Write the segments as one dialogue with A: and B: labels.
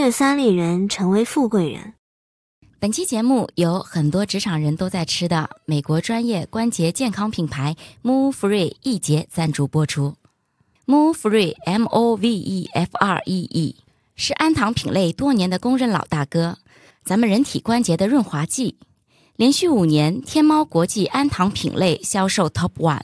A: 越三里人成为富贵人。
B: 本期节目由很多职场人都在吃的美国专业关节健康品牌 Move Free 一节赞助播出。Move Free M O V E F R E E 是氨糖品类多年的公认老大哥，咱们人体关节的润滑剂。连续五年，天猫国际氨糖品类销售 Top One，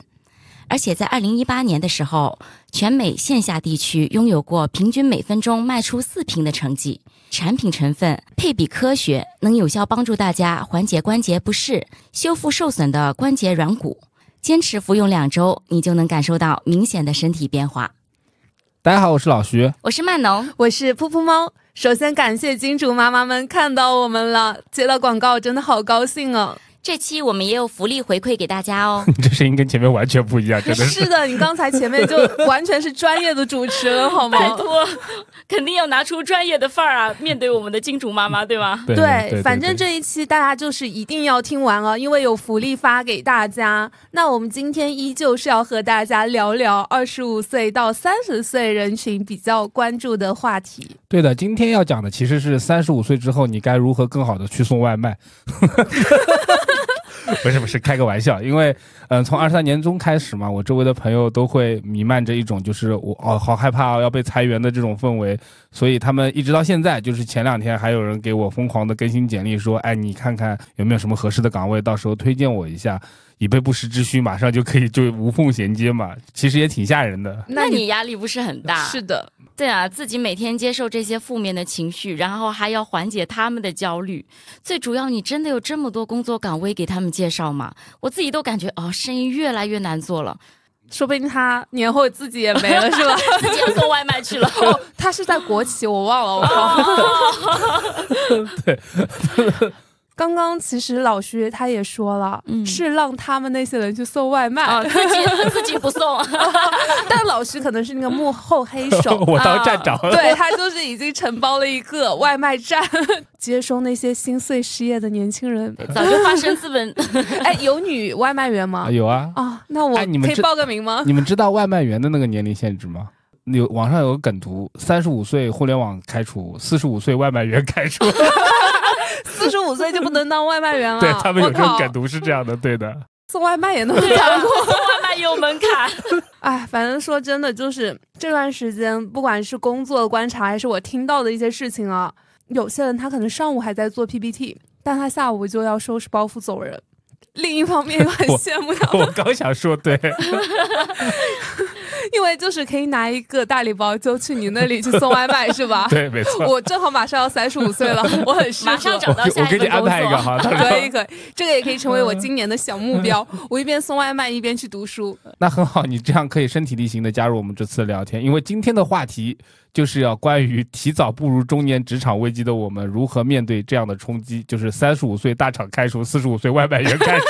B: 而且在二零一八年的时候，全美线下地区拥有过平均每分钟卖出四瓶的成绩。产品成分配比科学，能有效帮助大家缓解关节不适、修复受损的关节软骨。坚持服用两周，你就能感受到明显的身体变化。
C: 大家好，我是老徐。
B: 我是曼农，
D: 我是噗噗猫。首先感谢金主妈妈们看到我们了，接到广告真的好高兴哦！
B: 这期我们也有福利回馈给大家哦。
C: 你 这声音跟前面完全不一 样，真的是。
D: 是的，你刚才前面就完全是专业的主持人，好吗？
B: 托，肯定要拿出专业的范儿啊，面对我们的金主妈妈，对吗？
C: 对
D: 对，反正这一期大家就是一定要听完哦，因为有福利发给大家。那我们今天依旧是要和大家聊聊二十五岁到三十岁人群比较关注的话题。
C: 对的，今天要讲的其实是三十五岁之后你该如何更好的去送外卖。不是不是，开个玩笑，因为嗯、呃从二三年中开始嘛，我周围的朋友都会弥漫着一种就是我哦好害怕、哦、要被裁员的这种氛围，所以他们一直到现在，就是前两天还有人给我疯狂的更新简历，说哎你看看有没有什么合适的岗位，到时候推荐我一下，以备不时之需，马上就可以就无缝衔接嘛，其实也挺吓人的。
B: 那你压力不 是很大？
D: 是的，
B: 对啊，自己每天接受这些负面的情绪，然后还要缓解他们的焦虑。最主要，你真的有这么多工作岗位给他们介绍吗？我自己都感觉哦，生意越来越难做了，
D: 说不定他年后自己也没了，是吧？
B: 自己要送外卖去了。
D: 哦，他是在国企，我忘了，我 靠！刚刚其实老徐他也说了，
B: 嗯
D: 是让他们那些人去送外卖，
B: 哦， 自己自己不送，
D: 但老徐可能是那个幕后黑手。 啊
C: 我当站长。
D: 对他就是已经承包了一个外卖站， 接收那些心碎失业的年 轻人。
B: 早就发生资本。
D: 哎，有女外卖员吗
C: 啊，？有啊，
D: 啊，那我
C: 哎你们
D: 可以
C: 这
D: 报个名 吗？
C: 你们知道外卖员的那个年龄限制吗？有网上有个梗图，三十五岁互联网开除，四十五岁外卖员开除，
D: 四十五岁就不能当外卖员 了？
C: 对他们有这种
D: 啊我靠
C: 梗图是这样的，对的。
D: 送外卖也能
B: 对啊，
D: 当
B: 送外卖有门槛。
D: 哎，反正说真的，就是这段时间，不管是工作的观察，还是我听到的一些事情啊，有些人他可能上午还在做 PPT，但他下午就要收拾包袱走人。另一方面，又很
C: 我
D: 羡慕他们，
C: 我刚想说，对，
D: 因为就是可以拿一个大礼包就去你那里去送外卖，是吧？
C: 对，没错。
D: 我正好马上要三十五岁了，我很适 合。
B: 马上找
C: 我
B: 到下
C: 我给
B: 一
C: 你
B: 份
C: 安
B: 工
C: 排一个
B: 作。
C: 哈。
D: 可以可以，这个也可以成为我
C: 嗯
D: 今年的小目标。我一边送外卖一边去读书。
C: 那很好，你这样可以身体力行的加入我们这次的聊天，因为今天的话题就是要关于提早步入中年职场危机的我们如何面对这样的冲击， 就是三十五岁大厂开除，四十五岁外卖员开除，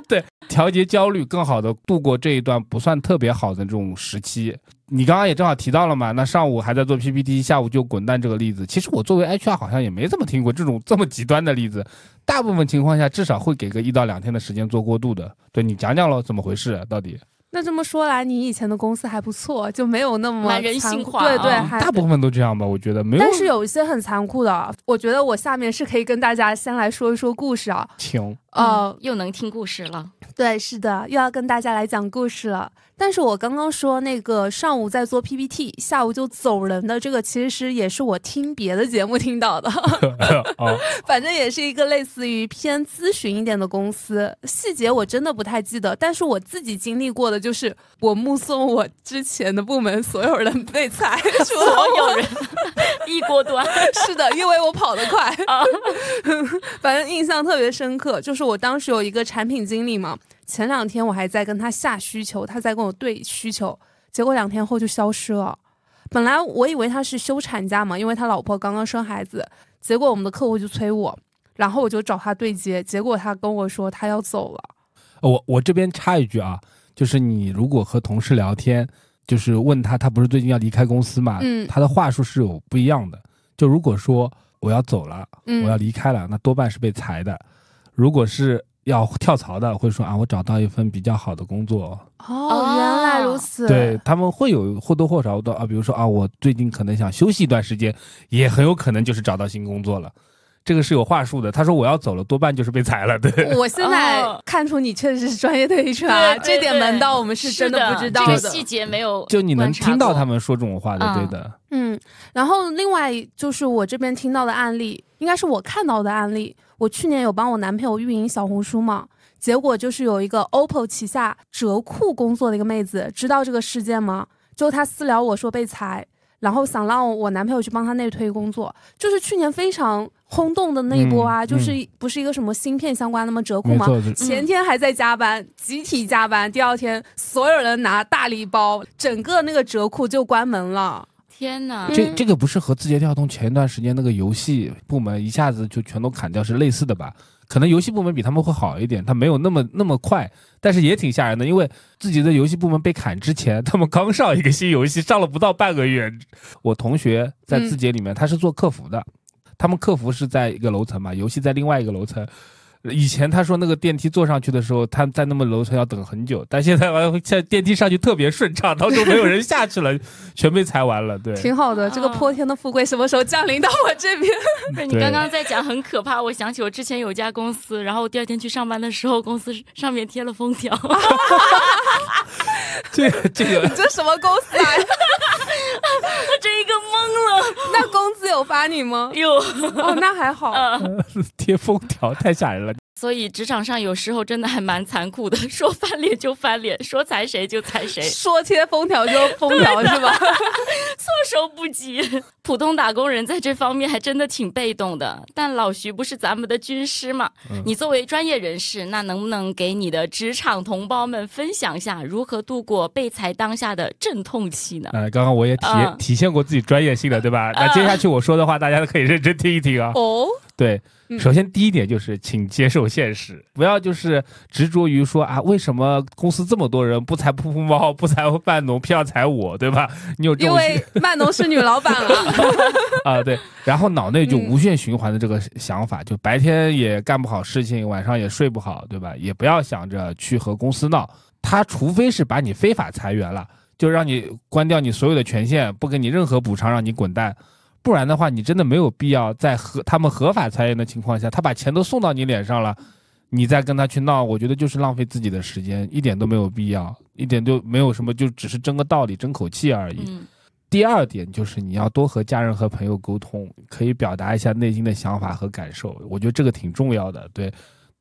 C: 对，调节焦虑，更好的度过这一段不算特别好的这种时期。你刚刚也正好提到了嘛，那上午还在做 PPT，下午就滚蛋这个例子，其实我作为 HR 好像也没怎么听过这种这么极端的例子，大部分情况下至少会给个一到两天的时间做过渡的。对你讲讲喽，怎么回事啊到底？
D: 那这么说来，你以前的公司还不错，就没有那么
B: 蛮人性
D: 残酷
B: 化
D: 对
B: 啊
D: 对，
B: 嗯
D: 还
C: 大部分都这样吧，我觉得没有
D: 但是有一些很残酷的，我觉得我下面是可以跟大家先来说一说故事啊。
C: 情。
D: 呃，
B: 哦又能听故事了。
D: 对，是的，又要跟大家来讲故事了。但是我刚刚说那个上午在做 PPT，下午就走人的这个，其实也是我听别的节目听到的，
C: 哦，
D: 反正也是一个类似于偏咨询一点的公司，细节我真的不太记得。但是我自己经历过的就是，我目送我之前的部门所有人被裁， 所
B: 所哦有人 一锅 端。
D: 是的，因为我跑得 快
B: 啊
D: 反正印象特别深刻，就是我当时有一个产品经理嘛，前两天我还在跟他下需求，他在跟我对需求，结果两天后就消失了。本来我以为他是休产假嘛，因为他老婆刚刚生孩子，结果我们的客户就催我，然后我就找他对接，结果他跟我说他要走了。
C: 我我这边插一句啊，就是你如果和同事聊天，就是问他，他不是最近要离开公司嘛？
D: 嗯
C: 他的话术是有不一样的。就如果说我要走了，
D: 嗯
C: 我要离开了，那多半是被裁的；如果是要跳槽的会说啊，我找到一份比较好的工作，
D: 哦，原来如此。
C: 对，他们会有或多或少的啊，比如说啊，我最近可能想休息一段时间，也很有可能就是找到新工作了。这个是有话术的。他说我要走了，多半就是被裁了。对，
D: 我现在
B: 哦
D: 看出你确实是专业的 HR，
B: 对对
D: 这点门道我们是真
B: 的
D: 不知道
B: 这
D: 的。
B: 个细节没有，
C: 就你能听到他。们说这种话的，
E: 嗯
C: 对的。
D: 嗯，然后另外就是我这边听到的案例，应该是我看到的案例。我去年有帮我男朋友运营小红书嘛，结果就是有一个 OPPO 旗下折库工作的一个妹子，知道这个事件吗？之后她私聊我说被裁，然后想让我男朋友去帮她内推工作，就是去年非常轰动的那一波啊，
C: 嗯
D: 就是不是一个什么芯片相关的吗？折库
C: 没
D: 吗？
C: 错，是
D: 前天还在加班，集体加班，第二天所有人拿大礼包，整个那个折库就关门了。
E: 天哪！
B: 啊
C: 这这个不是和字节跳动前一段时间那个游戏部门一下子就全都砍掉是类似的吧？可能游戏部门比他们会好一点，它没有那么那么快，但是也挺吓人的。因为自己的游戏部门被砍之前，他们刚上一个新游戏，上了不到半个月。我同学在字节里面，他是做客服的，他们客服是在一个楼层嘛，游戏在另外一个楼层。以前他说那个电梯坐上去的时候，他在那么楼层要等很久，但现在完了现在电梯上去特别顺畅，到时候没有人下去了，全被裁完了。对，
D: 挺好的，
B: 哦
D: 这个泼天的富贵什么时候降临到我这边？
B: 对你
C: 对
B: 刚刚在讲很可怕，我想起我之前有一家公司，然后第二天去上班的时候，公司上面贴了封 条，
C: 这个这个
D: 这什么公 司啊？
B: 这一个懵了，
D: 那工资有发你吗？
B: 哟，
D: 哦，那还好。
C: 贴封条太吓 人了。
B: 所以职场上有时候真的还蛮残酷的，说翻脸就翻脸，说裁谁就裁谁，
D: 说贴封条就封条是 吧？
B: 措手不及。普通打工人在这方面还真的挺被动的。但老徐不是咱们的军师嘛？你作为专业人士，那能不能给你的职场同胞们分享一下如何度过被裁当下的阵痛期呢？
C: 呃，刚刚我也体、
B: 嗯
C: 体现过自己专业性了，对吧？那接下去我说的话，大家可以认真听一听啊。
D: 嗯哦，
C: 对，
D: 嗯
C: 首先第一点就是，请接受现实，不要就是执着于说啊，为什么公司这么多人不裁噗噗猫，不裁半农，偏要裁我，对吧？你有这
D: 因
C: 种
D: 为曼农是女老板了。
C: 啊、对，然后脑内就
D: 嗯
C: 无限循环的这个想法，就白天也干不好事情，晚上也睡不好，对吧？也不要想着去和公司闹，他除非是把你非法裁员了，就让你关掉你所有的权限，不给你任何补偿，让你滚蛋。不然的话，你真的没有必要在合他们合法裁员的情况下，他把钱都送到你脸上了，你再跟他去闹，我觉得就是浪费自己的时间，一点都没有必要，一点都没有什么，就只是争个道理、争口气而已。
B: 嗯，
C: 第二点就是你要多和家人和朋友沟通，可以表达一下内心的想法和感受，我觉得这个挺重要的。对，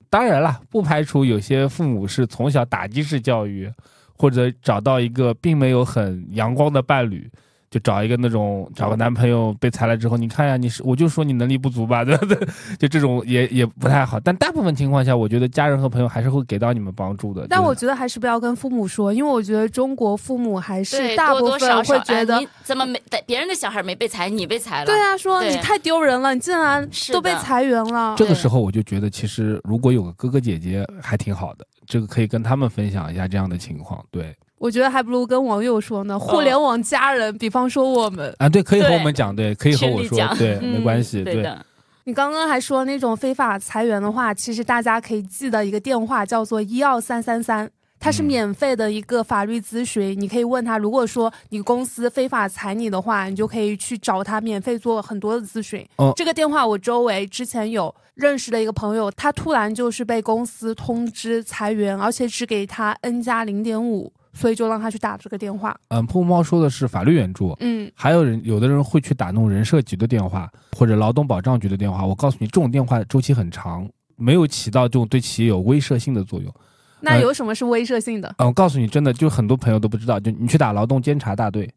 C: 当然了，不排除有些父母是从小打击式教育，或者找到一个并没有很阳光的伴侣。就找一个那种找个男朋友被裁了之后，你看呀，你是我就说你能力不足吧，对 不对？就这种也也不太好。但大部分情况下，我觉得家人和朋友还是会给到你们帮助的。
D: 但
C: 就是
D: 我觉得还是不要跟父母说，因为我觉得中国父母还是
B: 对，
D: 大部
B: 多多少
D: 分
B: 少
D: 会觉得
B: 哎你怎么没对别人的小孩没被裁，你被裁了？
D: 对啊，说
B: 对
D: 你太丢人了，你竟然
B: 是的
D: 都被裁员了。
C: 这个
B: 对
C: 时候我就觉得，其实如果有个哥哥姐姐还挺好的，这个可以跟他们分享一下这样的情况。对，
D: 我觉得还不如跟网友说呢，互联网家人，比方说我们。
C: 啊，对，可以和
B: 对
C: 我们讲，对，可以和我
B: 群里
C: 说，
B: 讲
C: 对，
D: 嗯
C: 没关系，
B: 对
C: 对，
B: 的，
D: 你刚刚还说那种非法裁员的话，其实大家可以记得一个电话叫做一二三三三，它是
C: 嗯
D: 免费的一个法律咨询，你可以问他，如果说你公司非法裁你的话，你就可以去找他免费做很多的咨询。
C: 哦
D: 这个电话我周围之前有认识的一个朋友，他突然就是被公司通知裁员，而且只给他 N 加零点五，所以就让他去打这个电话。
C: 嗯，噗噗猫说的是法律援助。
D: 嗯，
C: 还有人，有的人会去打那种人社局的电话或者劳动保障局的电话。我告诉你，这种电话周期很长，没有起到这种对企业有威慑性的作用。
D: 那
C: 呃
D: 有什么是威慑性的？
C: 嗯，我告诉你，真的，就很多朋友都不知道，就你去打劳动监察大队，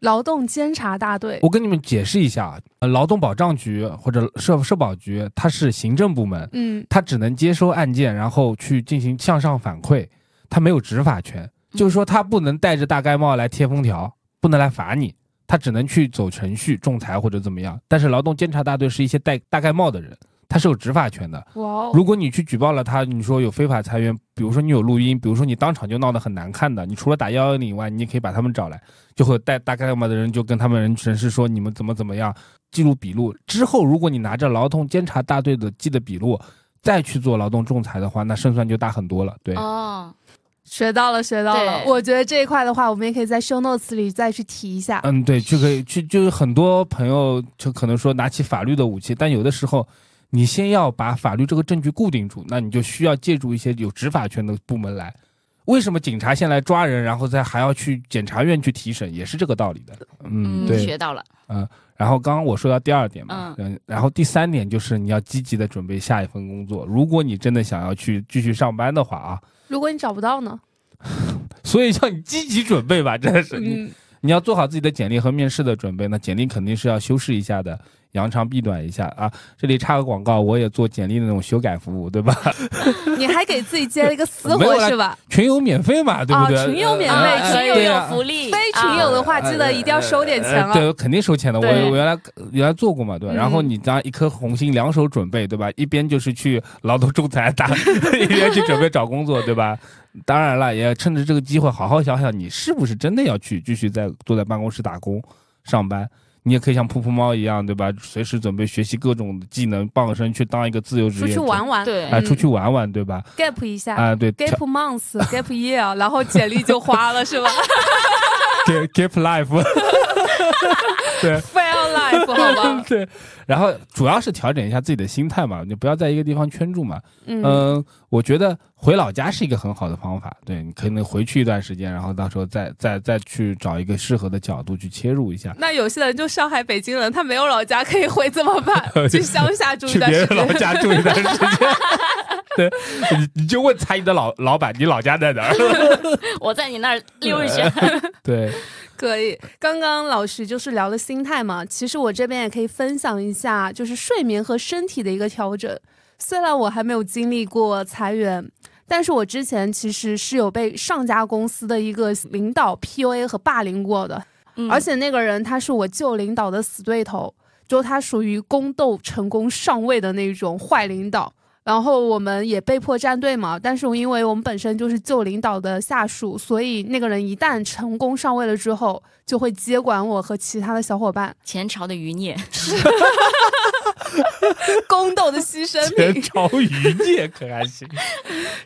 D: 劳动监察大队。
C: 我跟你们解释一下啊，呃劳动保障局或者社社保局，它是行政部门，
D: 嗯，
C: 它只能接收案件，然后去进行向上反馈，它没有执法权，就是说它不能戴着大盖帽来贴封条，不能来罚你，它只能去走程序、仲裁或者怎么样。但是劳动监察大队是一些戴大盖帽的人，他是有执法权的。
D: 哇哦。
C: 如果你去举报了他，你说有非法裁员，比如说你有录音，比如说你当场就闹得很难看的，你除了打幺幺零以外，你也可以把他们找来，就会有带大概嘛的人就跟他们人人事说你们怎么怎么样，记录笔录。之后如果你拿着劳动监察大队的记的笔录再去做劳动仲裁的话，那胜算就大很多了。对，
B: 哦，
D: 学到了，学到了。
B: 对
D: 我觉得这一块的话，我们也可以在 show notes 里再去提一下。
C: 嗯，对，就可以去，就是很多朋友就可能说拿起法律的武器，但有的时候你先要把法律这个证据固定住，那你就需要借助一些有执法权的部门来。为什么警察先来抓人，然后再还要去检察院去提审，也是这个道理的。嗯，
B: 嗯，
C: 对。
B: 学到了，
C: 然后刚刚我说到第二点嘛，嗯，然后第三点就是你要积极的准备下一份工作。如果你真的想要去继续上班的话啊，
D: 如果你找不到呢？
C: 所以叫你积极准备吧，真的是。你
D: 嗯，
C: 你要做好自己的简历和面试的准备。那简历肯定是要修饰一下的，扬长避短一下啊。这里插个广告，我也做简历的那种修改服务，对吧？
D: 你还给自己接了一个私
C: 没有
D: 活
C: 啦
D: 是吧？
C: 群友免费嘛，对不对？
D: 啊群友免费
C: 呃
B: 啊，
D: 可
B: 群
D: 以
B: 友
C: 对
B: 有
C: 啊
B: 福利，
D: 非
B: 啊
D: 群友的话，
C: 呃
D: 记得一定要收点钱
C: 呃
D: 啊了。
C: 对，肯定收钱的。我
B: 对
C: 我原来呃原来做过嘛，对吧？
D: 嗯
C: 然后你拿一颗红心，两手准备，对吧？一边就是去劳动仲裁打， 一边去准备找工作，对吧？当然了，也趁着这个机会，好好想想你是不是真的要去继续在坐在办公室打工上班。你也可以像噗噗猫一样，对吧？随时准备学习各种技能，傍身去当一个自由职
D: 出
C: 业
D: 去
C: 者
D: 玩玩，
B: 对
C: 啊，
D: 嗯
C: 出去玩玩，对吧？
D: gap 一下。
C: 啊，对
D: gap month, gap year，然后简历就花了是 吧
C: ，gap gap life。
D: ？Fail life，好 吧？
C: 对，然后主要是调整一下自己的心态嘛，你不要在一个地方圈住嘛。 嗯、
D: 嗯，
C: 我觉得回老家是一个很好的方法。对你可能回去一段时间，然后到时候再再再去找一个适合的角度去切入一下，
D: 那有些人就上海、北京人，他没有老家可以回，怎么办？去乡下住
C: 呃
D: 一
C: 去
D: 段
C: 别
D: 时
C: 人老
D: 间。
C: 家住一段时间。 对，你你就问彩你的老老板，你老家在哪 儿？
B: 我在你那儿溜一圈，
C: 对，
D: 可以，刚刚老师就是聊了心态嘛，其实我这边也可以分享一下，就是睡眠和身体的一个调整。虽然我还没有经历过裁员，但是我之前其实是有被上家公司的一个领导 PUA 和霸凌过的，
B: 嗯
D: 而且那个人他是我旧领导的死对头，就他属于宫斗成功上位的那种坏领导。然后我们也被迫站队嘛，但是因为我们本身就是旧领导的下属，所以那个人一旦成功上位了之后，就会接管我和其他的小伙 伴
B: 前朝的余孽，
D: 宫斗的牺牲
C: 前
D: 品。
C: 朝余孽可还行？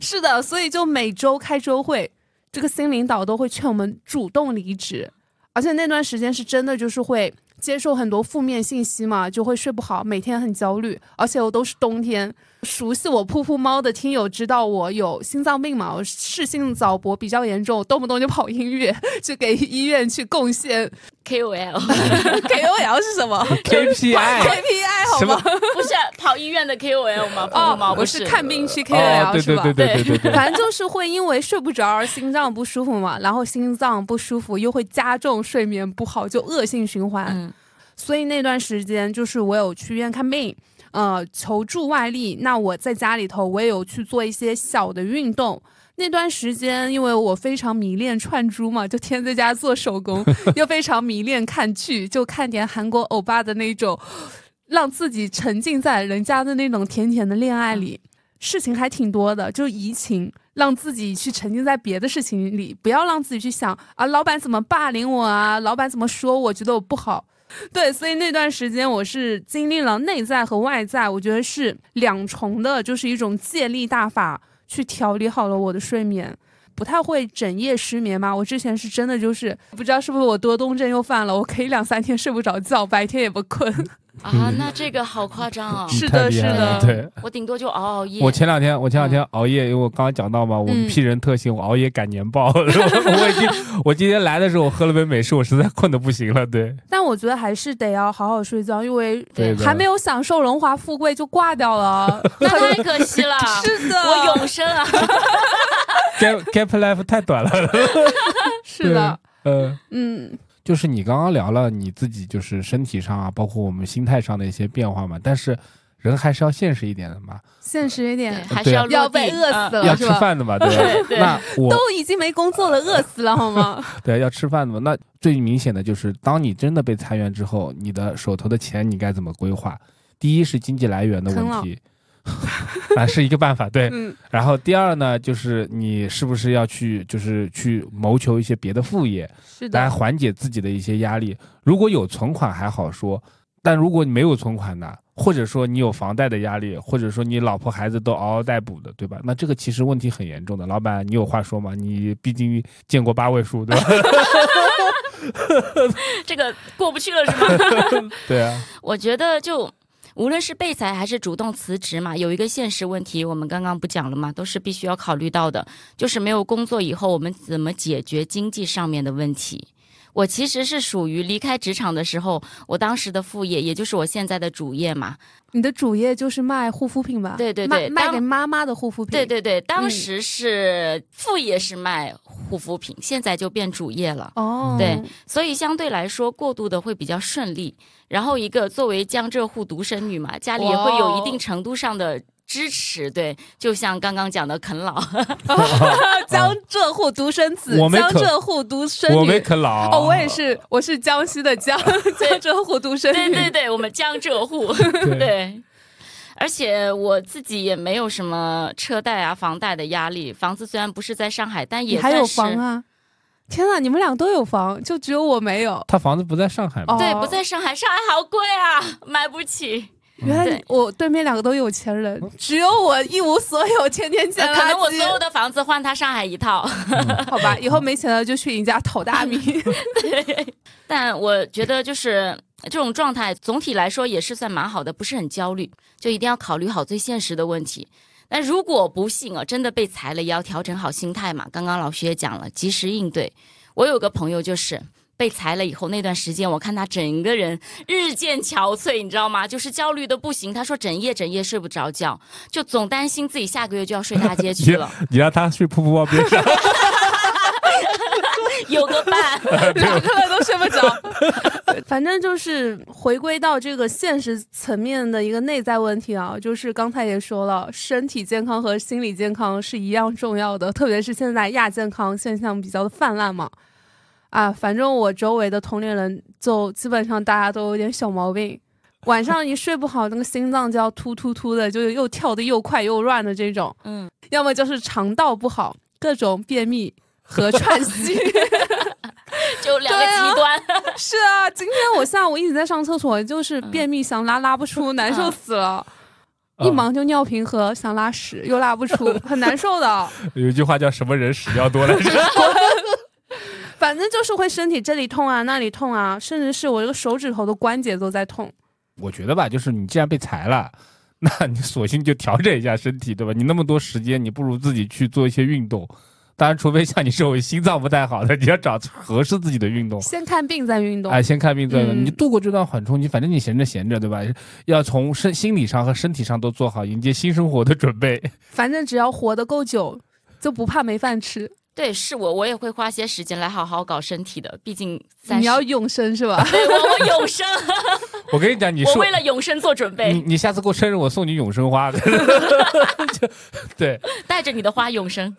D: 是的，所以就每周开周会，这个新领导都会劝我们主动离职，而且那段时间是真的就是会接受很多负面信息嘛，就会睡不好，每天很焦虑，而且又都是冬天。熟悉我噗噗猫的听友知道我有心脏病嘛，我室性早搏比较严重，动不动就跑音乐， 去给医院去 贡献。
B: KOL，
D: KOL 是什么
C: KPI
D: ？KPI 好
C: 哎什
D: 吗
C: 么？
B: 不是跑医院的 KOL 吗？不
D: 哦
B: 不，不
D: 我
B: 是
D: 是看病去
C: 哦，
D: KOL、
C: 对
D: 是
C: 对
D: 吧？
C: 对对对对对，
D: 反正就是会因为睡不着而心脏不舒服嘛，然后心脏不舒服又会加重睡眠不好，就恶性循环。
B: 嗯
D: 所以那段时间就是我有去医院看病，呃，求助外力。那我在家里头我也有去做一些小的运动。那段时间，因为我非常迷恋串珠嘛，就天天在家做手工，又非常迷恋看剧，就看点韩国欧巴的那种，让自己沉浸在人家的那种甜甜的恋爱里。事情还挺多的，就移情，让自己去沉浸在别的事情里，不要让自己去想啊，老板怎么霸凌我啊，老板怎么说我，觉得我不好。对，所以那段时间我是经历了内在和外在，我觉得是两重的，就是一种借力大法去调理好了我的睡眠。不太会整夜失眠嘛？我之前是真的就是不知道是不是我多动症又犯了，我可以两三天睡不着觉，白天也不困。嗯
B: 啊，那这个好夸张哦。
C: 你
D: 是
C: 嗯太
D: 的
C: 厉害
D: 是
C: 了
D: 的
C: 对。
B: 我顶多就哦熬熬夜，
C: 我前两天，我前两天熬夜，因为我刚刚讲到嘛，我们
D: 嗯
C: P 人特性，我熬夜赶年报。 我我已经，我今天来的时候，我喝了杯美式，我实在困得不行了。对，
D: 但我觉得还是得要好好睡觉，因为
C: 对的
D: 还没有享受荣华富贵就挂掉 了。
B: 那太可惜了。
D: 是的，
B: 我永生啊！
C: gap gap life 太短了。
D: 是的，
C: 对，呃，
D: 嗯，
C: 就是你刚刚聊了你自己就是身体上啊，包括我们心态上的一些变化嘛，但是人还是要现实一点的嘛，
D: 现实一点，
B: 还是要落地
D: 要被饿死
B: 嗯
D: 了
C: 要
D: 是
C: 吃
D: 吧？
C: 饭的嘛， 对吧？
B: 对
C: 那我
D: 都已经没工作了，饿死了好 吗？
C: 对要吃饭的嘛，那最明显的就是，当你真的被裁员之后，你的手头的钱你该怎么规划？第一是经济来源的
D: 啃老
C: 问题。啊，是一个办法，对，
D: 嗯，
C: 然后第二呢，就是你是不是要去，就是去谋求一些别的副业，
D: 是
C: 来
D: 的，
C: 缓解自己的一些压力。如果有存款还好说，但如果你没有存款的，或者说你有房贷的压力，或者说你老婆孩子都嗷嗷待哺的，对吧？那这个其实问题很严重的。老板，你有话说吗？你毕竟见过八位数，对吧？
B: 这个过不去了是吗？
C: 对啊，
B: 我觉得就无论是被裁还是主动辞职嘛，有一个现实问题，我们刚刚不讲了嘛，都是必须要考虑到的，就是没有工作以后，我们怎么解决经济上面的问题。我其实是属于离开职场的时候，我当时的副业，也就是我现在的主业嘛。
D: 你的主业就是卖护肤品吧？
B: 对对对
D: 卖卖
B: 当
D: 给妈妈的护肤品。
B: 对对对，当时是副业是卖护肤品，现在就变主业了。
D: 哦，
B: 对，所以相对来说过渡的会比较顺利。然后一个作为江浙沪独生女嘛，家里也会有一定程度上的支持，对，就像刚刚讲的啃老，
D: 江浙沪独生子，
C: 我没
D: 江
C: 啃
D: 浙沪独生女。
C: 我没啊啃老。
D: 哦，我也。是，我是江西的江，江浙沪独生
B: 对
D: 女。
B: 对对，我们江浙 沪，
C: 对
B: 对。而且我自己也没有什么车贷啊、房贷的压力。房子虽然不是在上海，但
D: 你
B: 也
D: 还
B: 算
D: 有
B: 是、
D: 房啊？天哪，你们俩都有房，就只有我没有。
C: 他房子不在上海吗？
D: 哦
B: 对，不在上海，上海好贵啊，买不起。
D: 原来你
B: 对
D: 我对面两个都有钱人，嗯只有我一无所有，天天 捡垃圾。
B: 呃可能我所有的房子换他上海一套。
D: 好吧，以后没钱了就去你家讨大米。
B: 但我觉得就是这种状态，总体来说也是算蛮好的，不是很焦虑，就一定要考虑好最现实的问题。但如果不幸啊，真的被裁了，也要调整好心态嘛。刚刚老师也讲了，及时应对。我有个朋友就是被裁了以后那段时间，我看他整个人日渐憔悴，你知道吗？就是焦虑的不行。他说整夜整夜睡不着觉，就总担心自己下个月就要睡大街去了，
C: 你让他睡瀑布湾边上，
B: 有个伴。
D: 两个人都睡不着。 反正就是回归到这个现实层面的一个内在问题啊，就是刚才也说了，身体健康和心理健康是一样重要的，特别是现在亚健康现象比较的泛滥嘛。啊，反正我周围的同龄人就基本上大家都有点小毛病，晚上一睡不好，那个心脏就要突突突的，就是又跳的又快又乱的这种，
B: 嗯，
D: 要么就是肠道不好，各种便秘和串息。
B: 就两个
D: 对啊
B: 极端。
D: 是啊，今天我下午一直在上厕所，就是
C: 嗯
D: 便秘想拉拉不出，难受死了。一忙就尿频和想拉屎又拉不出，很难受的。
C: 有一句话叫什么人屎尿多来着？
D: 反正就是会身体这里痛啊，那里痛啊，甚至是我这个手指头的关节都在痛。
C: 我觉得吧，就是你既然被裁了。 那你索性就调整一下身体，对吧？你那么多时间，你不如自己去做一些运动。当然，除非像你这种心脏不太好的，你 要找合适自己的运动。
D: 先看病再运动。
C: 哎，先看病再说。
D: 嗯
C: 你度过这段缓冲期，反正你闲着闲着，对吧？要从身心理上和身体上都做好迎接新生活的准备。
D: 反正只要活得够久，就不怕没饭吃。
B: 对，是我，我也会花些时间来好好搞身体的。毕竟三
D: 你
B: 十，
D: 要永生 是吧？
B: 对我我永生，
C: 我跟你讲，你
B: 我
C: 说
B: 为了永生做准
C: 你
B: 备，
C: 你下次过生日，我送你永生花的。 就对
B: 带着你的花永生。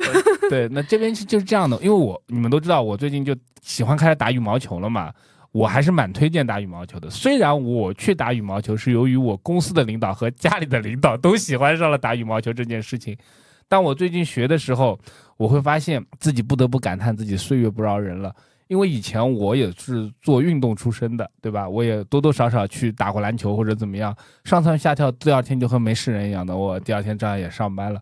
C: 对，那这边是就是这样的，因为我你们都知道，我最近就喜欢开始打羽毛球了嘛。我还是蛮推荐打羽毛球的，虽然我去打羽毛球是由于我公司的领导和家里的领导都喜欢上了打羽毛球这件事情，但我最近学的时候，我会发现自己不得不感叹自己岁月不饶人了。因为以前我也是做运动出身的，对吧？我也多多少少去打过篮球或者怎么样，上蹿下跳，第二天就和没事人一样的。我第二天照样也上班了。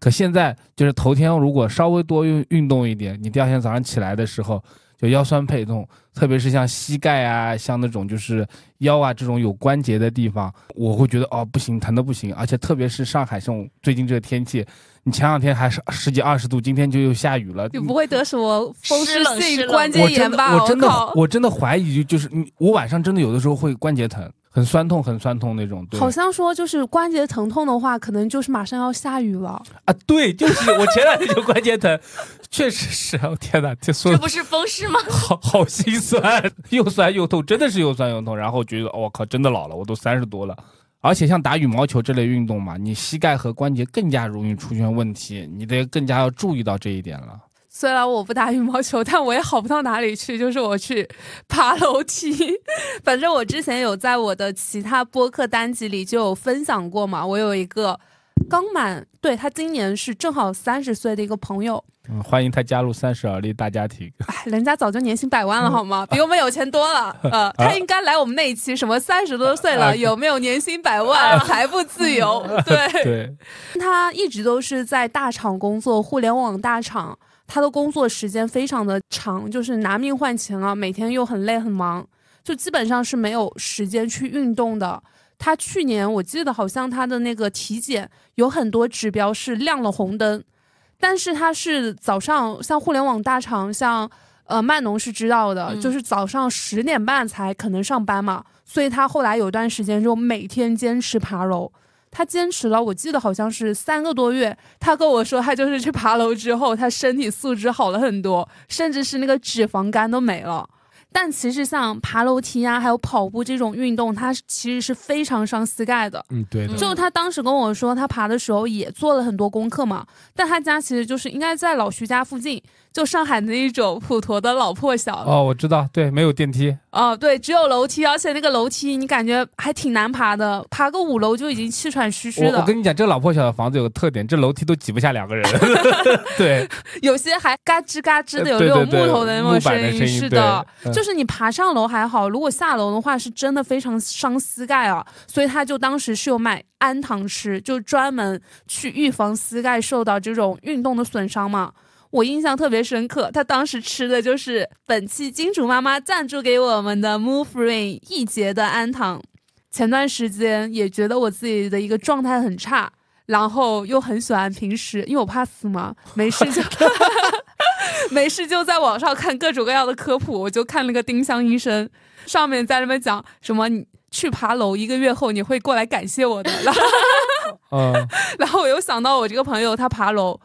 C: 可现在就是头天如果稍微多运运动一点，你第二天早上起来的时候就腰酸背痛，特别是像膝盖啊，像那种就是腰啊这种有关节的地方，我会觉得哦不行，疼的不行。而且特别是上海这种最近这个天气，你前两天还是十几二十度，今天就又下雨了，
D: 你不会得什么风
B: 湿
D: 湿
B: 冷湿
D: 性
B: 冷
D: 关节
C: 我
D: 炎
C: 真的
D: 吧？
C: 我真的
D: 靠，
C: 我真的怀疑，就是你我晚上真的有的时候会关节疼，很酸痛，很酸痛那种。对
D: 好像说就是关节疼痛的话，可能就是马上要下雨了。
C: 啊，对，就是我前两天就关节疼，确实是。我天哪，这说
B: 这
C: 的
B: 不是风湿 吗？
C: 好好心酸，又酸又痛，真的是又酸又痛。然后觉得哦我、靠，真的老了，我都三十多了。而且像打羽毛球这类运动嘛，你膝盖和关节更加容易出现问题，你得更加要注意到这一点了。
D: 虽然我不打羽毛球，但我也好不到哪里去。就是我去爬楼梯， 反正我之前有在我的其他播客单集里就有分享过嘛。我有一个刚满，对他今年是正好三十岁的一个朋友，
C: 嗯，欢迎他加入三十而立大家庭。
D: 哎，人家早就年薪百万了，好吗？比我们有钱多了。呃，他应该来我们那一期，什么三十多岁
C: 啊
D: 了，有没有年薪百万，财富自由？ 对，
C: 对，
D: 他一直都是在大厂工作，互联网大厂，他的工作时间非常的长，就是拿命换钱啊，每天又很累很忙，就基本上是没有时间去运动的。他去年我记得好像他的那个体检有很多指标是亮了红灯，但是他是早上像互联网大厂，像呃曼农是知道的，
B: 嗯
D: 就是早上十点半才可能上班嘛，所以他后来有段时间就每天坚持爬楼。他坚持了，我记得好像是三个多月。他跟我说，他就是去爬楼之后，他身体素质好了很多，甚至是那个脂肪肝都没了。但其实像爬楼梯啊，还有跑步这种运动，它是其实是非常伤膝盖的。
C: 嗯，对的
B: 嗯
D: 就他当时跟我说，他爬的时候也做了很多功课嘛，但他家其实就是应该在老徐家附近，就上海的一种普陀的老破小哦、
C: 哦，我知道，对，没有电梯，
D: 对，只有楼梯，而且那个楼梯你感觉还挺难爬的，爬个五楼就已经气喘吁吁
C: 我我
D: 的，
C: 跟你讲，这老破小的房子有个特点，这楼梯都挤不下两 个人。对，呃
D: 有些还嘎吱嘎吱的有那
C: 对
D: 种
C: 对对
D: 木头的那
C: 木
D: 种
C: 板的声音
D: 是的，
C: 对嗯
D: 就是你爬上楼还好，如果下楼的话是真的非常伤膝盖啊，所以他就当时是有买氨糖吃，就专门去预防膝盖受到这种运动的损伤嘛。我印象特别深刻，他当时吃的就是本期金主妈妈赞助给我们的 Move Rain 一节的氨糖。前段时间也觉得我自己的一个状态很差，然后又很喜欢平时，因为我怕死嘛，没事就 没事就在网上看各种各样的科普，我就看了个丁香医生，上面在那边讲什么你去爬楼一个月后你会过来感谢我的， 然后
C: 嗯，
D: 然后我又想到我这个朋友他爬楼。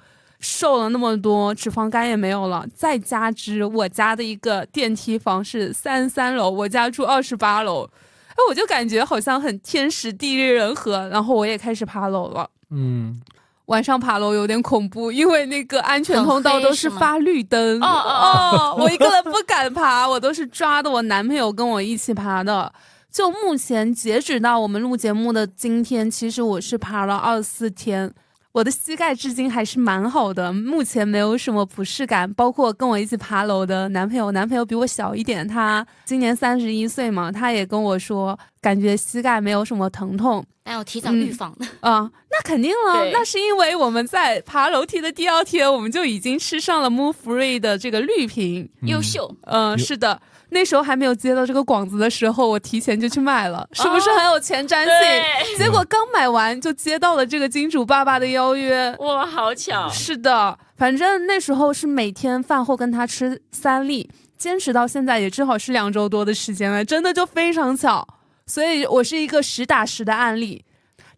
D: 瘦了那么多，脂肪肝也没有了，再加之我家的一个电梯房是三十三楼，我家住二十八楼，哎，我就感觉好像很天时地利人和，然后我也开始爬楼了。
C: 嗯，
D: 晚上爬楼有点恐怖，因为那个安全通道
B: 很黑
D: 都是
B: 是吗
D: 发绿灯。
B: 哦
D: 哦哦，我一个人不敢爬，我都是抓的我男朋友跟我一起爬的。就目前截止到我们录节目的今天，其实我是爬了二十四天，我的膝盖至今还是蛮好的，目前没有什么不适感。包括跟我一起爬楼的男朋友，男朋友比我小一点，他今年三十一岁嘛，他也跟我说，感觉膝盖没有什么疼痛。
E: 哎
B: 但要提早预防的，
D: 啊、那肯定了，
B: 对
D: 那是因为我们在爬楼梯的第二天，我们就已经吃上了 Move Free 的这个绿瓶。
B: 优秀。
D: 嗯、是的，那时候还没有接到这个广子的时候，我提前就去买了，是不是很哦有前瞻性？
B: 对，
D: 结果刚买完就接到了这个金主爸爸的邀约。
B: 哇，好巧！
D: 是的，反正那时候是每天饭后跟他吃三粒，坚持到现在也正好是两周多的时间了，真的就非常巧。所以我是一个实打实的案例。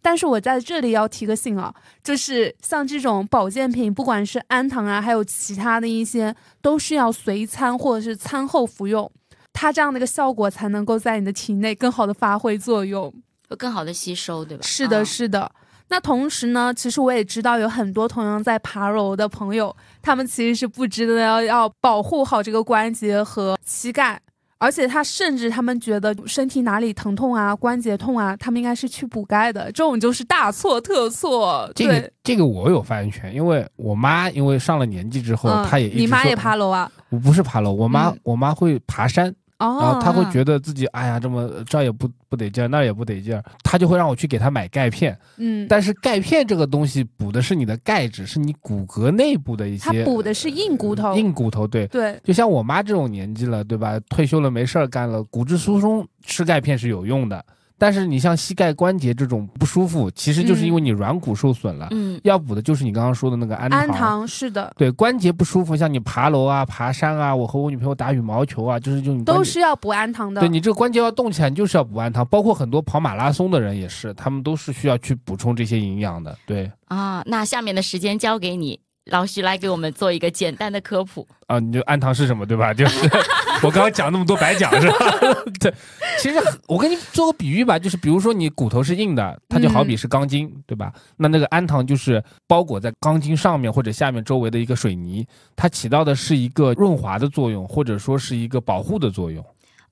D: 但是我在这里要提个醒啊，就是像这种保健品，不管是氨糖啊，还有其他的一些，都是要随餐或者是餐后服用，它这样的一个效果才能够在你的体内更好的发挥作用。
B: 有更好的吸收，对吧？
D: 是
E: 啊
D: 的，
B: 嗯
D: 是的。那同时呢，其实我也知道有很多同样在爬楼的朋友，他们其实是不知道要要保护好这个关节和膝盖，而且他甚至他们觉得身体哪里疼痛啊、关节痛啊，他们应该是去补钙的，这种就是大错特错。
C: 这
D: 对
C: 个，这个我有发言权，因为我妈因为上了年纪之后，
D: 嗯，
C: 哦她也一直
D: 你妈
C: 说
D: 也爬，楼啊？
C: 我不是爬楼，我妈、
D: 嗯
C: 我妈会爬山，然后
D: 哦，
C: 她啊会觉得自己哎呀这么这儿也不不得劲儿，那儿也不得劲儿，她就会让我去给她买钙片，
D: 嗯，
C: 但是钙片这个东西补的是你的钙质，是你骨骼内部的一
D: 她
C: 些
D: 补的是硬骨头，
C: 硬骨头，对，
D: 对，
C: 就像我妈这种年纪了，对吧？退休了没事儿干了，骨质疏松吃钙片是有用的。但是你像膝盖关节这种不舒服，其实就是因为
D: 嗯
C: 你软骨受损了，
B: 嗯，
C: 要补的就是你刚刚说的那个氨
D: 氨糖是的，
C: 对关节不舒服，像你爬楼啊、爬山啊，我和我女朋友打羽毛球啊，就是就你关
D: 都
C: 节
D: 是要补氨糖的
C: 对。你这个关节要动起来，你就是要补氨糖。包括很多跑马拉松的人也是，他们都是需要去补充这些营养的。对
B: 啊，那下面的时间交给你，老徐来给我们做一个简单的科普。
C: 啊，你就氨糖是什么，对吧？ 就是我刚刚讲那么多白讲是吧？ 对，其实我跟你做个比喻吧，就是比如说你骨头是硬的，它就好比是钢筋，对吧？那那个氨糖就是包裹在钢筋上面或者下面周围的一个水泥，它起到的是一个润滑的作用，或者说是一个保护的作用。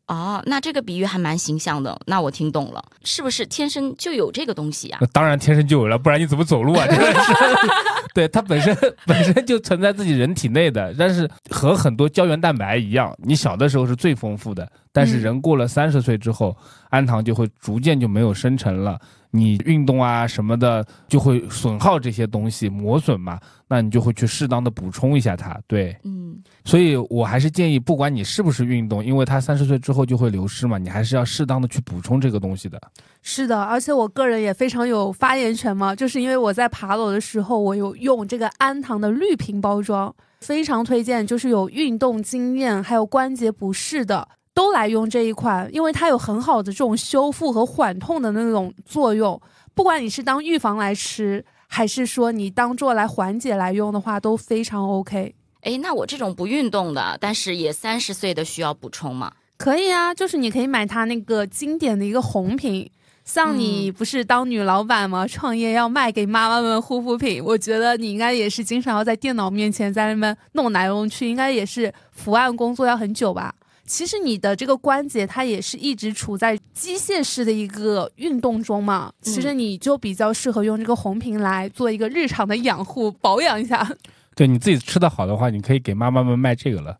E: 哦，那这个比喻还蛮形象的，那我听懂了，是不是天生就有这个东西呀、啊
C: 那当然天生就有了，不然你怎么走路啊？真的是，对它本身 本身就存在自己人体内的，但是和很多胶原蛋白一样，你小的时候是最丰富的，但是
E: 嗯
C: 人过了三十岁之后，氨糖就会逐渐就没有生成了。你运动啊什么的就会损耗这些东西，磨损嘛，那你就会去适当的补充一下它。对，
E: 嗯，
C: 所以我还是建议，不管你是不是运动，因为它三十岁之后就会流失嘛，你还是要适当的去补充这个东西的。
D: 是的，而且我个人也非常有发言权嘛，就是因为我在爬楼的时候，我有用这个氨糖的绿瓶包装，非常推荐，就是有运动经验还有关节不适的。都来用这一款，因为它有很好的这种修复和缓痛的那种作用。不管你是当预防来吃，还是说你当做来缓解来用的话，都非常 OK。
E: 哎，那我这种不运动的，但是也三十岁的需要补充吗？
D: 可以啊，就是你可以买它那个经典的一个红瓶。像你不是当女老板吗？创业要卖给妈妈们护肤品，我觉得你应该也是经常要在电脑面前在那边弄来弄去，应该也是伏案工作要很久吧。其实你的这个关节它也是一直处在机械式的一个运动中嘛，其实你就比较适合用这个红瓶来做一个日常的养护保养一下。
C: 对你自己吃的好的话，你可以给妈妈们卖这个了。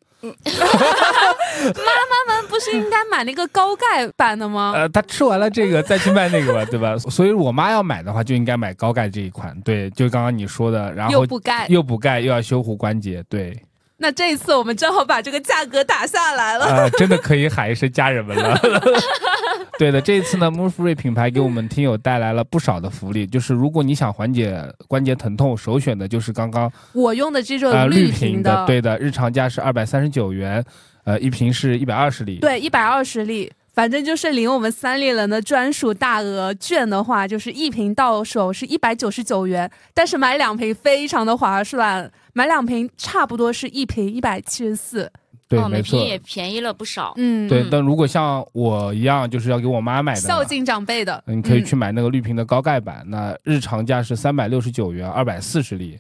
D: 不是应该买那个高钙版的吗？
C: 呃，她吃完了这个再去卖那个吧，对吧？所以我妈要买的话，就应该买高钙这一款。对，就刚刚你说的，然后
D: 又补钙，
C: 又补钙又要修护关节，对，
D: 那这一次我们正好把这个价格打下来了。
C: 啊，真的可以喊一声家人们了。 对的，这一次呢 m o v e f r e e 品牌给我们听友带来了不少的福利，就是如果你想缓解关节疼痛，首选的就是刚刚
D: 我用的这种
C: 呃绿
D: 瓶
C: 瓶的，对的，日常价是二百三十九元，呃，一瓶是一百二十粒。
D: 对，一百二十粒，反正就是领我们三立人的专属大额券的话，就是一瓶到手是一百九十九元，但是买两瓶非常的划算，买两瓶差不多是一瓶一百七十四。
C: 对，
E: 嗯
B: 哦，每
C: 没错
B: 瓶。也便宜了不少。
D: 嗯，
C: 对
B: 嗯，
C: 但如果像我一样，就是要给我妈买的
D: 孝
C: 呢，
D: 敬长辈的，
C: 你可以
D: 嗯
C: 去买那个绿瓶的高钙版，那日常价是三百六十九元，二百四十粒。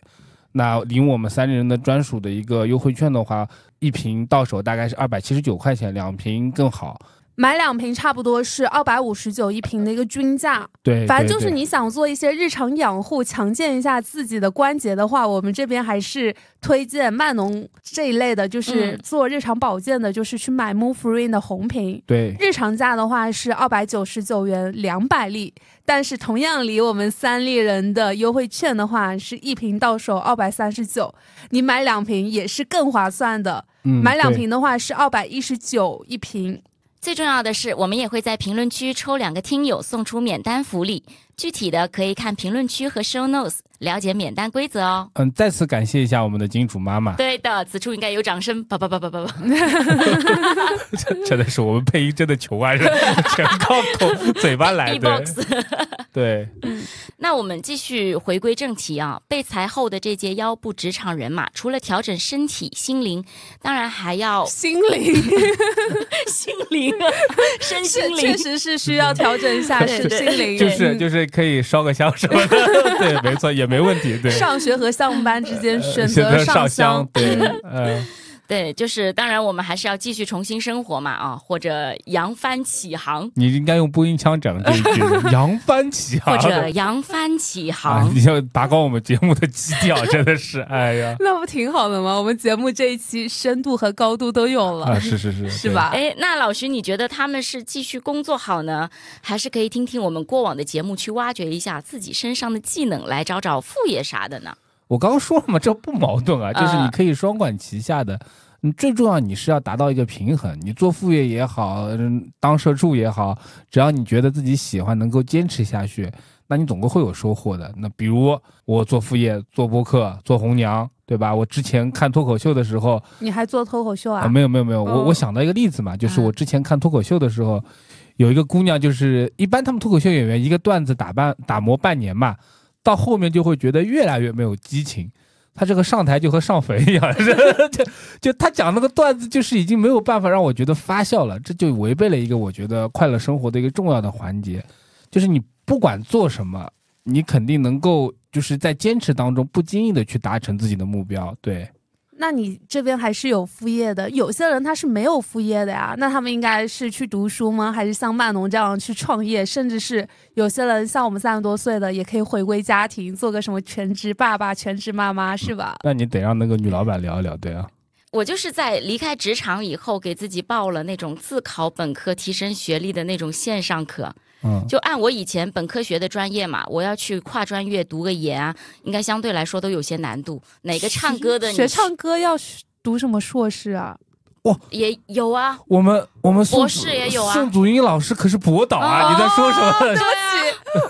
C: 那领我们三人的专属的一个优惠券的话，一瓶到手大概是二百七十九块钱，两瓶更好。
D: 买两瓶差不多是二百五十九一瓶的一个均价。
C: 对，
D: 反正
C: 对
D: 就是
C: 对
D: 你想做一些日常养护，强健一下自己的关节的话，我们这边还是推荐曼农这一类的，就是
B: 嗯
D: 做日常保健的，就是去买 Move Free 的红瓶。
C: 对
D: 日常价的话是二百九十九元两百粒，但是同样离我们三立人的优惠券的话，是一瓶到手二百三十九，你买两瓶也是更划算的。
C: 嗯
D: 买两
C: 对
D: 瓶的话是二百一十九一瓶，
E: 最重要的是，我们也会在评论区抽两个听友送出免单福利，具体的可以看评论区和 show notes 了解免单规则哦。
C: 嗯，再次感谢一下我们的金主妈 妈，
E: 对的，此处应该有掌声，叭叭叭叭叭叭。
C: 真的是我们配音真的穷啊，是吧 全靠口嘴巴来的。
E: B-box
C: 对，
E: 那我们继续回归正题啊，被裁后的这届腰部职场人嘛，除了调整身体、心灵，当然还要
D: 心灵。
E: 心灵、 身
D: 是
E: 心
D: 确
E: 灵。
D: 实是需要调整一下
E: 对
D: 身
E: 对
D: 心灵，
C: 就是
D: 嗯
C: 就是可以烧个香什么的， 对，没错，也没问题。对，
D: 上学和上班之间选
C: 择
D: 择
C: 上
D: 香。
C: 对，嗯。
E: 对，就是当然我们还是要继续重新生活嘛啊，或者扬帆起航，
C: 你应该用播音腔讲这一句的， 扬帆起
E: 或
C: 航。
E: 者扬帆起
C: 啊，
E: 航。
C: 你要拔高我们节目的基调，真的是，哎 呀，
D: 那不挺好的吗？我们节目这一期深度和高度都有了，
C: 啊，是是是，
D: 是
C: 对？
D: 吧？
E: 哎，那老徐，你觉得他们是继续工作好呢，还是可以听听我们过往的节目，去挖掘一下自己身上的技能，来找找副业啥的呢？
C: 我刚刚说了嘛，这不矛盾啊，就是
D: 嗯
C: 你可以双管齐下的。你最重要，你是要达到一个平衡。你做副业也好，嗯，当社畜也好，只要你觉得自己喜欢，能够坚持下去，那你总归会有收获的。那比如我做副业，做播客，做红娘，对吧？我之前看脱口秀的时候，
D: 你还做脱口秀
C: 啊，
D: 啊？
C: 没有没有没有，我我
D: 哦
C: 想到一个例子嘛，就是
E: 嗯
C: 我之前看脱口秀的时候，有一个姑娘，就是一般他们脱口秀演员一个段子打半打磨半年嘛，到后面就会觉得越来越没有激情。她这个上台就和上坟一样， 就就她讲那个段子，就是已经没有办法让我觉得发笑了，这就违背了一个我觉得快乐生活的一个重要的环节，就是你不管做什么，你肯定能够就是在坚持当中不经意的去达成自己的目标，对。
D: 那你这边还是有副业的，有些人他是没有副业的呀，那他们应该是去读书吗？还是像曼农这样去创业？甚至是有些人像我们三十多岁的，也可以回归家庭，做个什么全职爸爸、全职妈妈，是吧？
C: 那你得让那个女老板聊一聊，对啊，
B: 我就是在离开职场以后，给自己报了那种自考本科提升学历的那种线上课。
C: 嗯，
B: 就按我以前本科学的专业嘛，我要去跨专业读个研啊，应该相对来说都有些难度。哪个唱歌的你
D: 学唱歌要学读什么硕士啊？
B: 也有啊，
C: 我们我们宋
B: 博
C: 祖
B: 士也有啊
C: 宋祖英老师可是博导啊，
B: 哦
C: 你在说什么？
B: 对啊，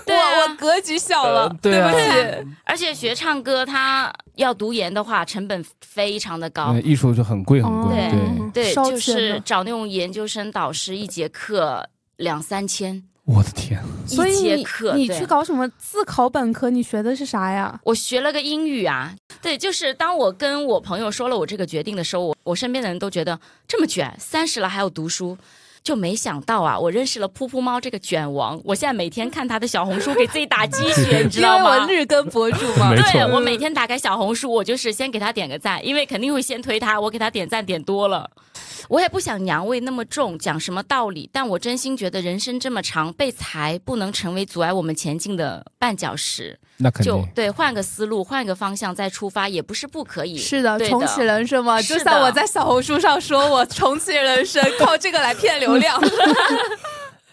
B: 对啊
D: 我我格局小了，
C: 呃对啊
D: 不起。
B: 而且学唱歌，他要读研的话，成本非常的 高。
C: 嗯艺术就很贵很贵，
B: 对
C: 对，
B: 对，
D: 烧
B: 就
D: 钱
B: 是
D: 的
B: 找那种研究生导师，一节课两三千，
C: 我的天，
D: 所以
B: 一节
D: 你
B: 课
D: 你
B: 对
D: 去搞什么自考本科？你学的是啥呀？
B: 我学了个英语啊，对，就是当我跟我朋友说了我这个决定的时候，我我身边的人都觉得这么卷，三十了还要读书，就没想到啊，我认识了噗噗猫这个卷王，我现在每天看他的小红书，给自己打鸡血， 你知道
D: 因为我
B: 吗？
D: 日更博主嘛
C: 没，错
B: 对我每天打开小红书，我就是先给他点个赞，因为肯定会先推他，我给他点赞点多了，我也不想娘味那么重，讲什么道理，但我真心觉得人生这么长，被裁不能成为阻碍我们前进的绊脚石。
C: 那肯
B: 就
C: 定。
B: 对，换个思路，换个方向再出发，也不是不可以。
D: 是的，
B: 对
D: 重启人生嘛，
B: 是
D: 就
B: 的
D: 像我在小红书上说，我重启人生， 靠这个来骗流量。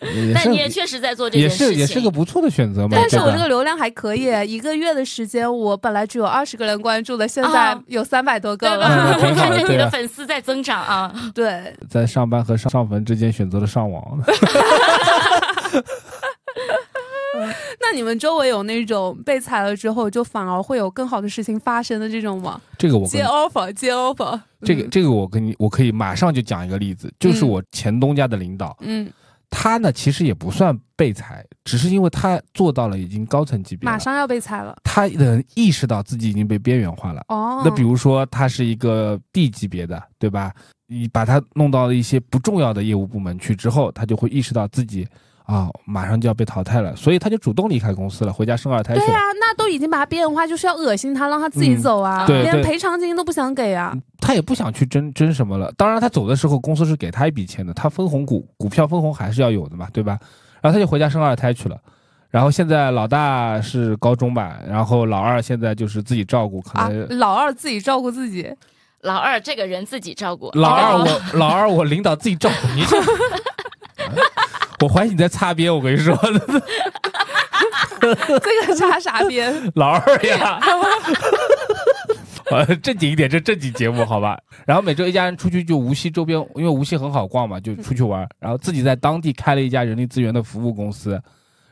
C: 嗯
B: 但
C: 是
B: 你也确实在做这
C: 也
B: 件事
C: 是
B: 情。
C: 也是个不错的选择嘛，
D: 但是
C: 对
D: 我
C: 吧
D: 这个流量还可以，一个月的时间，我本来只有二十个人关注的，现在
B: 哦
D: 有三百多个
B: 对
D: 了。
B: 吧？
C: 嗯挺好的
B: 看见你
C: 对
B: 的
C: 啊
B: 粉丝在增长啊！
D: 对，
C: 在上班和上上坟之间选择了上网，
D: 那你们周围有那种被裁了之后，就反而会有更好的事情发生的这种吗？
C: 这个我 跟
D: 接 offer，接 offer。
C: 这
B: 嗯
C: 个这个我跟你我可以马上就讲一个例子，就是我前东家的领导，
D: 嗯，
C: 他呢其实也不算被裁，只是因为他做到了已经高层级别了，
D: 马上要被裁了。
C: 他能意识到自己已经被边缘化了。
D: 哦，
C: 那比如说他是一个 D 级别的，对吧？你把他弄到了一些不重要的业务部门去之后，他就会意识到自己啊马上就要被淘汰了，所以他就主动离开公司了，回家生二胎去
D: 对
C: 了。
D: 啊，那都已经把他边缘化，就是要恶心他，让他自己
C: 嗯
D: 走啊，
C: 对
D: 连
C: 对
D: 赔偿金都不想给啊。
C: 他也不想去争争什么了。当然，他走的时候公司是给他一笔钱的，他分红股股票分红还是要有的嘛，对吧？然后他就回家生二胎去了。然后现在老大是高中吧，然后老二现在就是自己照顾，可
D: 啊
C: 能、，
D: 老二自己照顾自己，
B: 老二这个人自己照顾。
C: 老二
B: 哦
C: 我、老二我领导自己照顾你这。我怀疑你在擦边，我跟你说，
D: 这个啥啥 边？
C: 老二呀，呃，正经一点，这正经节目好吧？然后每周一家人出去就无锡周边，因为无锡很好逛嘛，就出去玩儿。然后自己在当地开了一家人力资源的服务公司，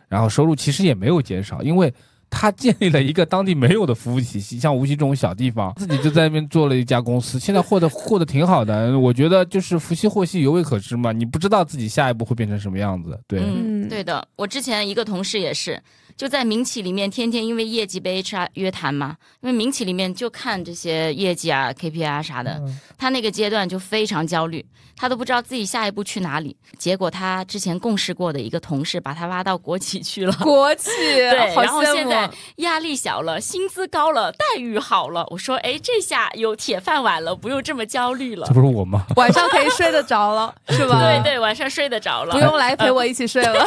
C: 然后收入其实也没有减少，因为他建立了一个当地没有的服务体系，像无锡这种小地方，自己就在那边做了一家公司，现在获得获得挺好的。我觉得就是福兮祸兮，犹未可知嘛，你不知道自己下一步会变成什么样子。对，
B: 嗯，
D: 嗯
B: 对的。我之前一个同事也是，就在民企里面，天天因为业绩被 HR 约谈嘛，因为民企里面就看这些业绩啊、KPI 啊啥的，他那个阶段就非常焦虑，他都不知道自己下一步去哪里。结果他之前共事过的一个同事把他挖到国企去 了。
D: 国企，
B: 对，
D: 好
B: 然后
D: 羡
B: 现
D: 慕
B: 在
D: 啊。
B: 压力小了，薪资高了，待遇好了。我说，哎，这下有铁饭碗了，不用这么焦虑了
C: 这。不是我吗？
D: 晚上可以睡得 着了，是吧？
B: 对对，晚上睡得着了。
D: 不用来陪我一起睡了。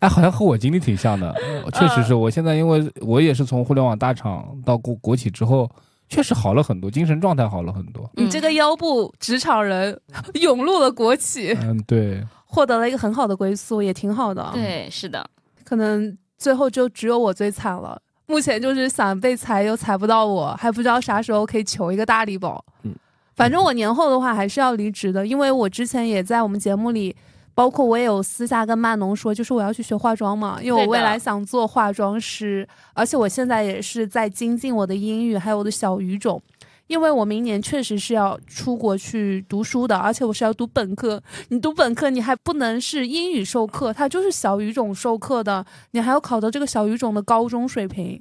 C: 哎，好像和我经历挺像的，确实是我现在，因为我也是从互联网大厂到国国企之后，确实好了很多，精神状态好了很 多。
B: 嗯
D: 你这个腰部职场人 涌入了国企，
C: 嗯，对，
D: 获得了一个很好的归宿，也挺好的。，
B: 对，是的，
D: 可能最后就只有我最惨了。目前就是想被裁又裁不到我，还不知道啥时候可以求一个大礼包。
C: 嗯
D: 反正我年后的话还是要离职的，因为我之前也在我们节目里，包括我也有私下跟曼农说，就是我要去学化妆嘛，因为我
B: 对的
D: 未来想做化妆师，而且我现在也是在精进我的英语，还有我的小语种。因为我明年确实是要出国去读书的，而且我是要读本科。你读本科，你还不能是英语授课，它就是小语种授课的，你还要考到这个小语种的高中水平。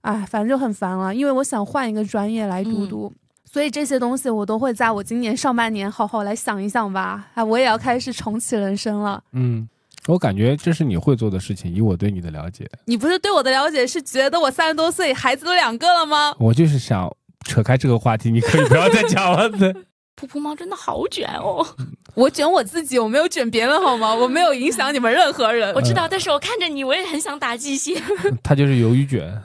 D: 哎，反正就很烦了，因为我想换一个专业来读读。所以这些东西我都会在我今年上半年好好来想一想吧。哎，我也要开始重启人生了。
C: 嗯，我感觉这是你会做的事情，以我对你的了解，
D: 你不是对我的了解是觉得我三十多岁孩子都两个了吗？
C: 我就是想扯开这个话题，你可以不要再讲了。 对，
B: 噗噗猫真的好卷哦！
D: 我卷我自己，我没有卷别人好吗？我没有影响你们任何人
B: 我。知道，但是我看着你，我也很想打鸡血。
C: 它就是鱿鱼卷。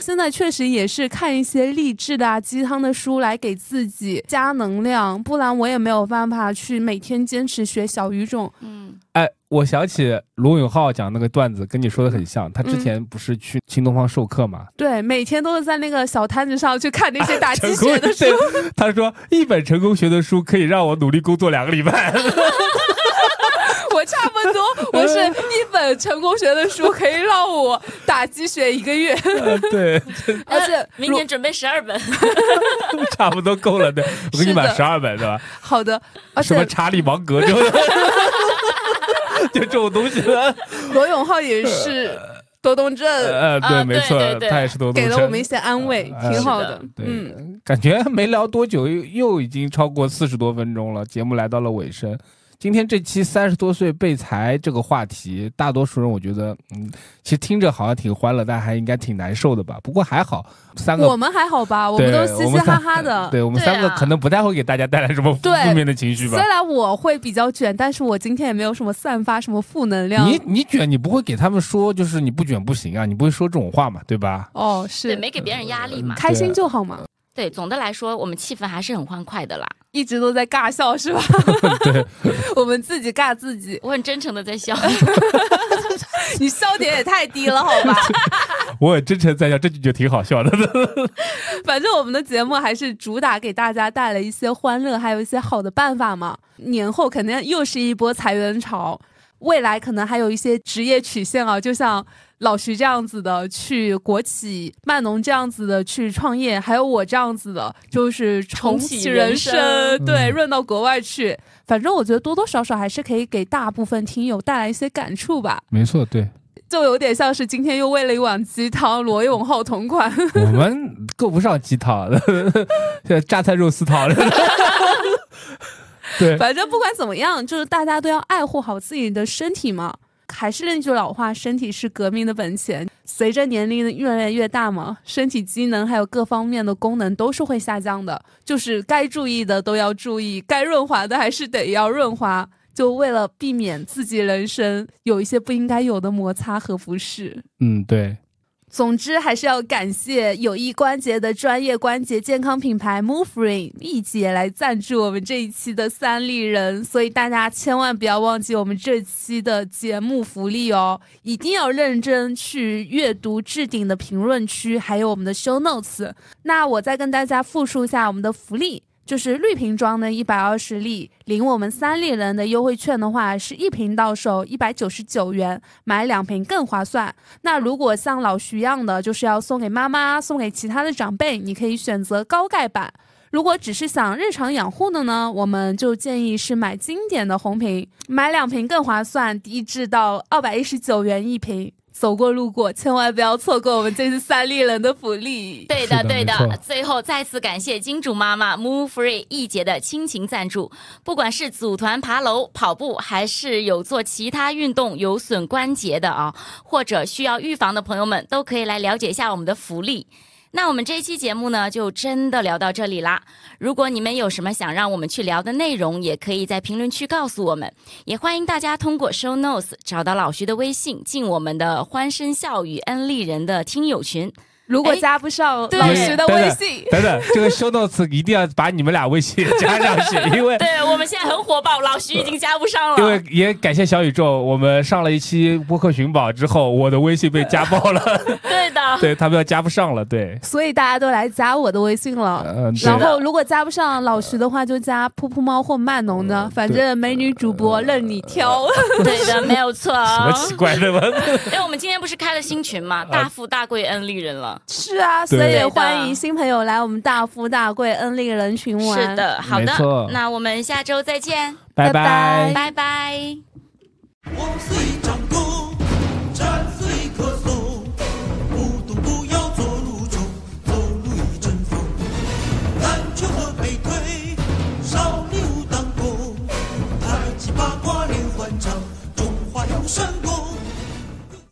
D: 现在确实也是看一些励志的啊、鸡汤的书来给自己加能量，不然我也没有办法去每天坚持学小语种。
B: 嗯，
C: 哎，我想起罗永浩讲那个段子，跟你说的很像。他之前不是去新东方授课嘛？
D: 对，每天都是在那个小摊子上去看那 些打鸡
C: 成
D: 血
C: 功
D: 的书。
C: 对，他说一本成功学的书可以让我努力工作两个礼 拜。
D: 我差不 多，我是一本成功学的书，可以让我打鸡血一 个月，
C: 呃对，
D: 而
C: 呃
D: 且
B: 呃明年准备十二本，
C: 差不多够了。对，我给你买
D: 是的
C: 十二本， 对吧？
D: 好的，而
C: 什么
D: 且
C: 查理芒格这 种，就这种东西。
D: 呃罗永浩也是多动症，
C: 呃，对，
B: 啊
C: 没错
B: 对对，对
C: 他也是多动
D: 给
C: 症。
D: 了我们一些安慰，
C: 呃
D: 挺好
B: 是的
D: 的。
C: 对
D: 嗯，
C: 感觉没聊多久，又又已经超过四十多分钟了，节目来到了尾声。今天这期三十多岁被裁这个话题，大多数人我觉得，嗯，其实听着好像挺欢乐，但还应该挺难受的吧。不过还好，三个
D: 我们还好吧，我
C: 对
D: 们都嘻
C: 我
D: 嘻
C: 们
D: 哈
C: 三
D: 哈的。
C: 对我们
B: 对
C: 三个
B: 啊
C: 可能不太会给大家带来什么负
D: 对
C: 面的情绪
D: 虽
C: 吧。
D: 然我会比较卷，但是我今天也没有什么散发什么负能量。
C: 你你卷，你不会给他们说，就是你不卷不行啊，你不会说这种话嘛，对吧？
D: 哦，
B: 对，
D: 是
B: 没给别人压力嘛。
D: 开心就好嘛，
B: 对，总的来说，我们气氛还是很欢快的啦。
D: 一直都在尬笑 是吧？ 我们自己尬自己，
B: 我很真诚的在笑，
D: 你笑点也太低了，好吧？
C: 我很真诚在笑，这句就挺好笑的。
D: 反正我们的节目还是主打给大家带来一些欢乐，还有一些好的办法嘛。年后肯定又是一波裁员潮，未来可能还有一些职业曲线啊，就像老徐这样子的去国企，曼农这样子的去创业，还有我这样子的，就是重启人生，
B: 重启人
D: 对，
C: 嗯
D: 润到国外去。反正我觉得多多少少还是可以给大部分听友带来一些感触吧，
C: 没错， 对
D: 就有点像是今天又喂了一碗鸡汤，罗永浩同款。
C: 我们够不上鸡汤， 现在榨菜肉丝汤。 对，
D: 反正不管怎么样，就是大家都要爱护好自己的身体嘛。还是那句老话，身体是革命的本钱。随着年龄的越来越大嘛，身体机能还有各方面的功能都是会下降的。就是该注意的都要注意，该润滑的还是得要润滑。就为了避免自己人生有一些不应该有的摩擦和不适。
C: 嗯， 对，
D: 总之，还是要感谢友谊关节的专业关节健康品牌 Move Ring 易姐来赞助我们这一期的三丽人，所以大家千万不要忘记我们这期的节目福利哦，一定要认真去阅读置顶的评论区，还有我们的 show notes。那我再跟大家复述一下我们的福利。就是绿瓶装的一百二十粒，领我们三丽人的优惠券的话，是一瓶到手一百九十九元，买两瓶更划算。那如果像老徐一样的，就是要送给妈妈、送给其他的长辈，你可以选择高钙版。如果只是想日常养护的呢，我们就建议是买经典的红瓶，买两瓶更划算，低至到二百一十九元一瓶。走过路过，千万不要错过我们这次三丽人的福利。
B: 对
C: 是
B: 的，
C: 的
B: 对
C: 没错
B: 的。最后再次感谢金主妈妈 Move Free 易姐的亲情赞助，不管是组团爬楼、跑步，还是有做其他运动有损关节的啊，或者需要预防的朋友们，都可以来了解一下我们的福利。那我们这期节目呢，就真的聊到这里啦。如果你们有什么想让我们去聊的内容，也可以在评论区告诉我们。也欢迎大家通过 Show Notes 找到老徐的微信，进我们的欢声笑语恩利人的听友群。
D: 如果加不上
B: 对
D: 老徐的
C: 哎等
D: 微
C: 等
D: 信，
C: 等等，这个 show notes 一定要把你们俩微信也 加上去，因 为
B: 对我们现在很火爆，老徐已经加不上了。
C: 因为也感谢小宇宙，我们上了一期播客寻宝之后，我的微信被加爆 了，
B: 对的，
C: 对他们要加不上了，对，
D: 所以大家都来加我的微信了。
C: 嗯、对
D: 然后如果加不上老徐的话，就加噗噗猫或曼农
C: 嗯
D: 的，反正美女主播任你 挑。
B: 对的，没有错
C: 什
B: 啊
C: 么。奇啊怪 的吗？
B: 因为我们今天不是开了新群嘛，大富大贵恩利人了。
D: 是啊，所
C: 对
D: 以也
B: 对的
D: 欢迎新朋友来我们大富大贵恩利人群玩。
B: 是，的，好
C: 没错哎
B: 的，那我们下周再见，
C: 拜
D: 拜
B: 拜
D: 拜
B: 拜。
F: 我最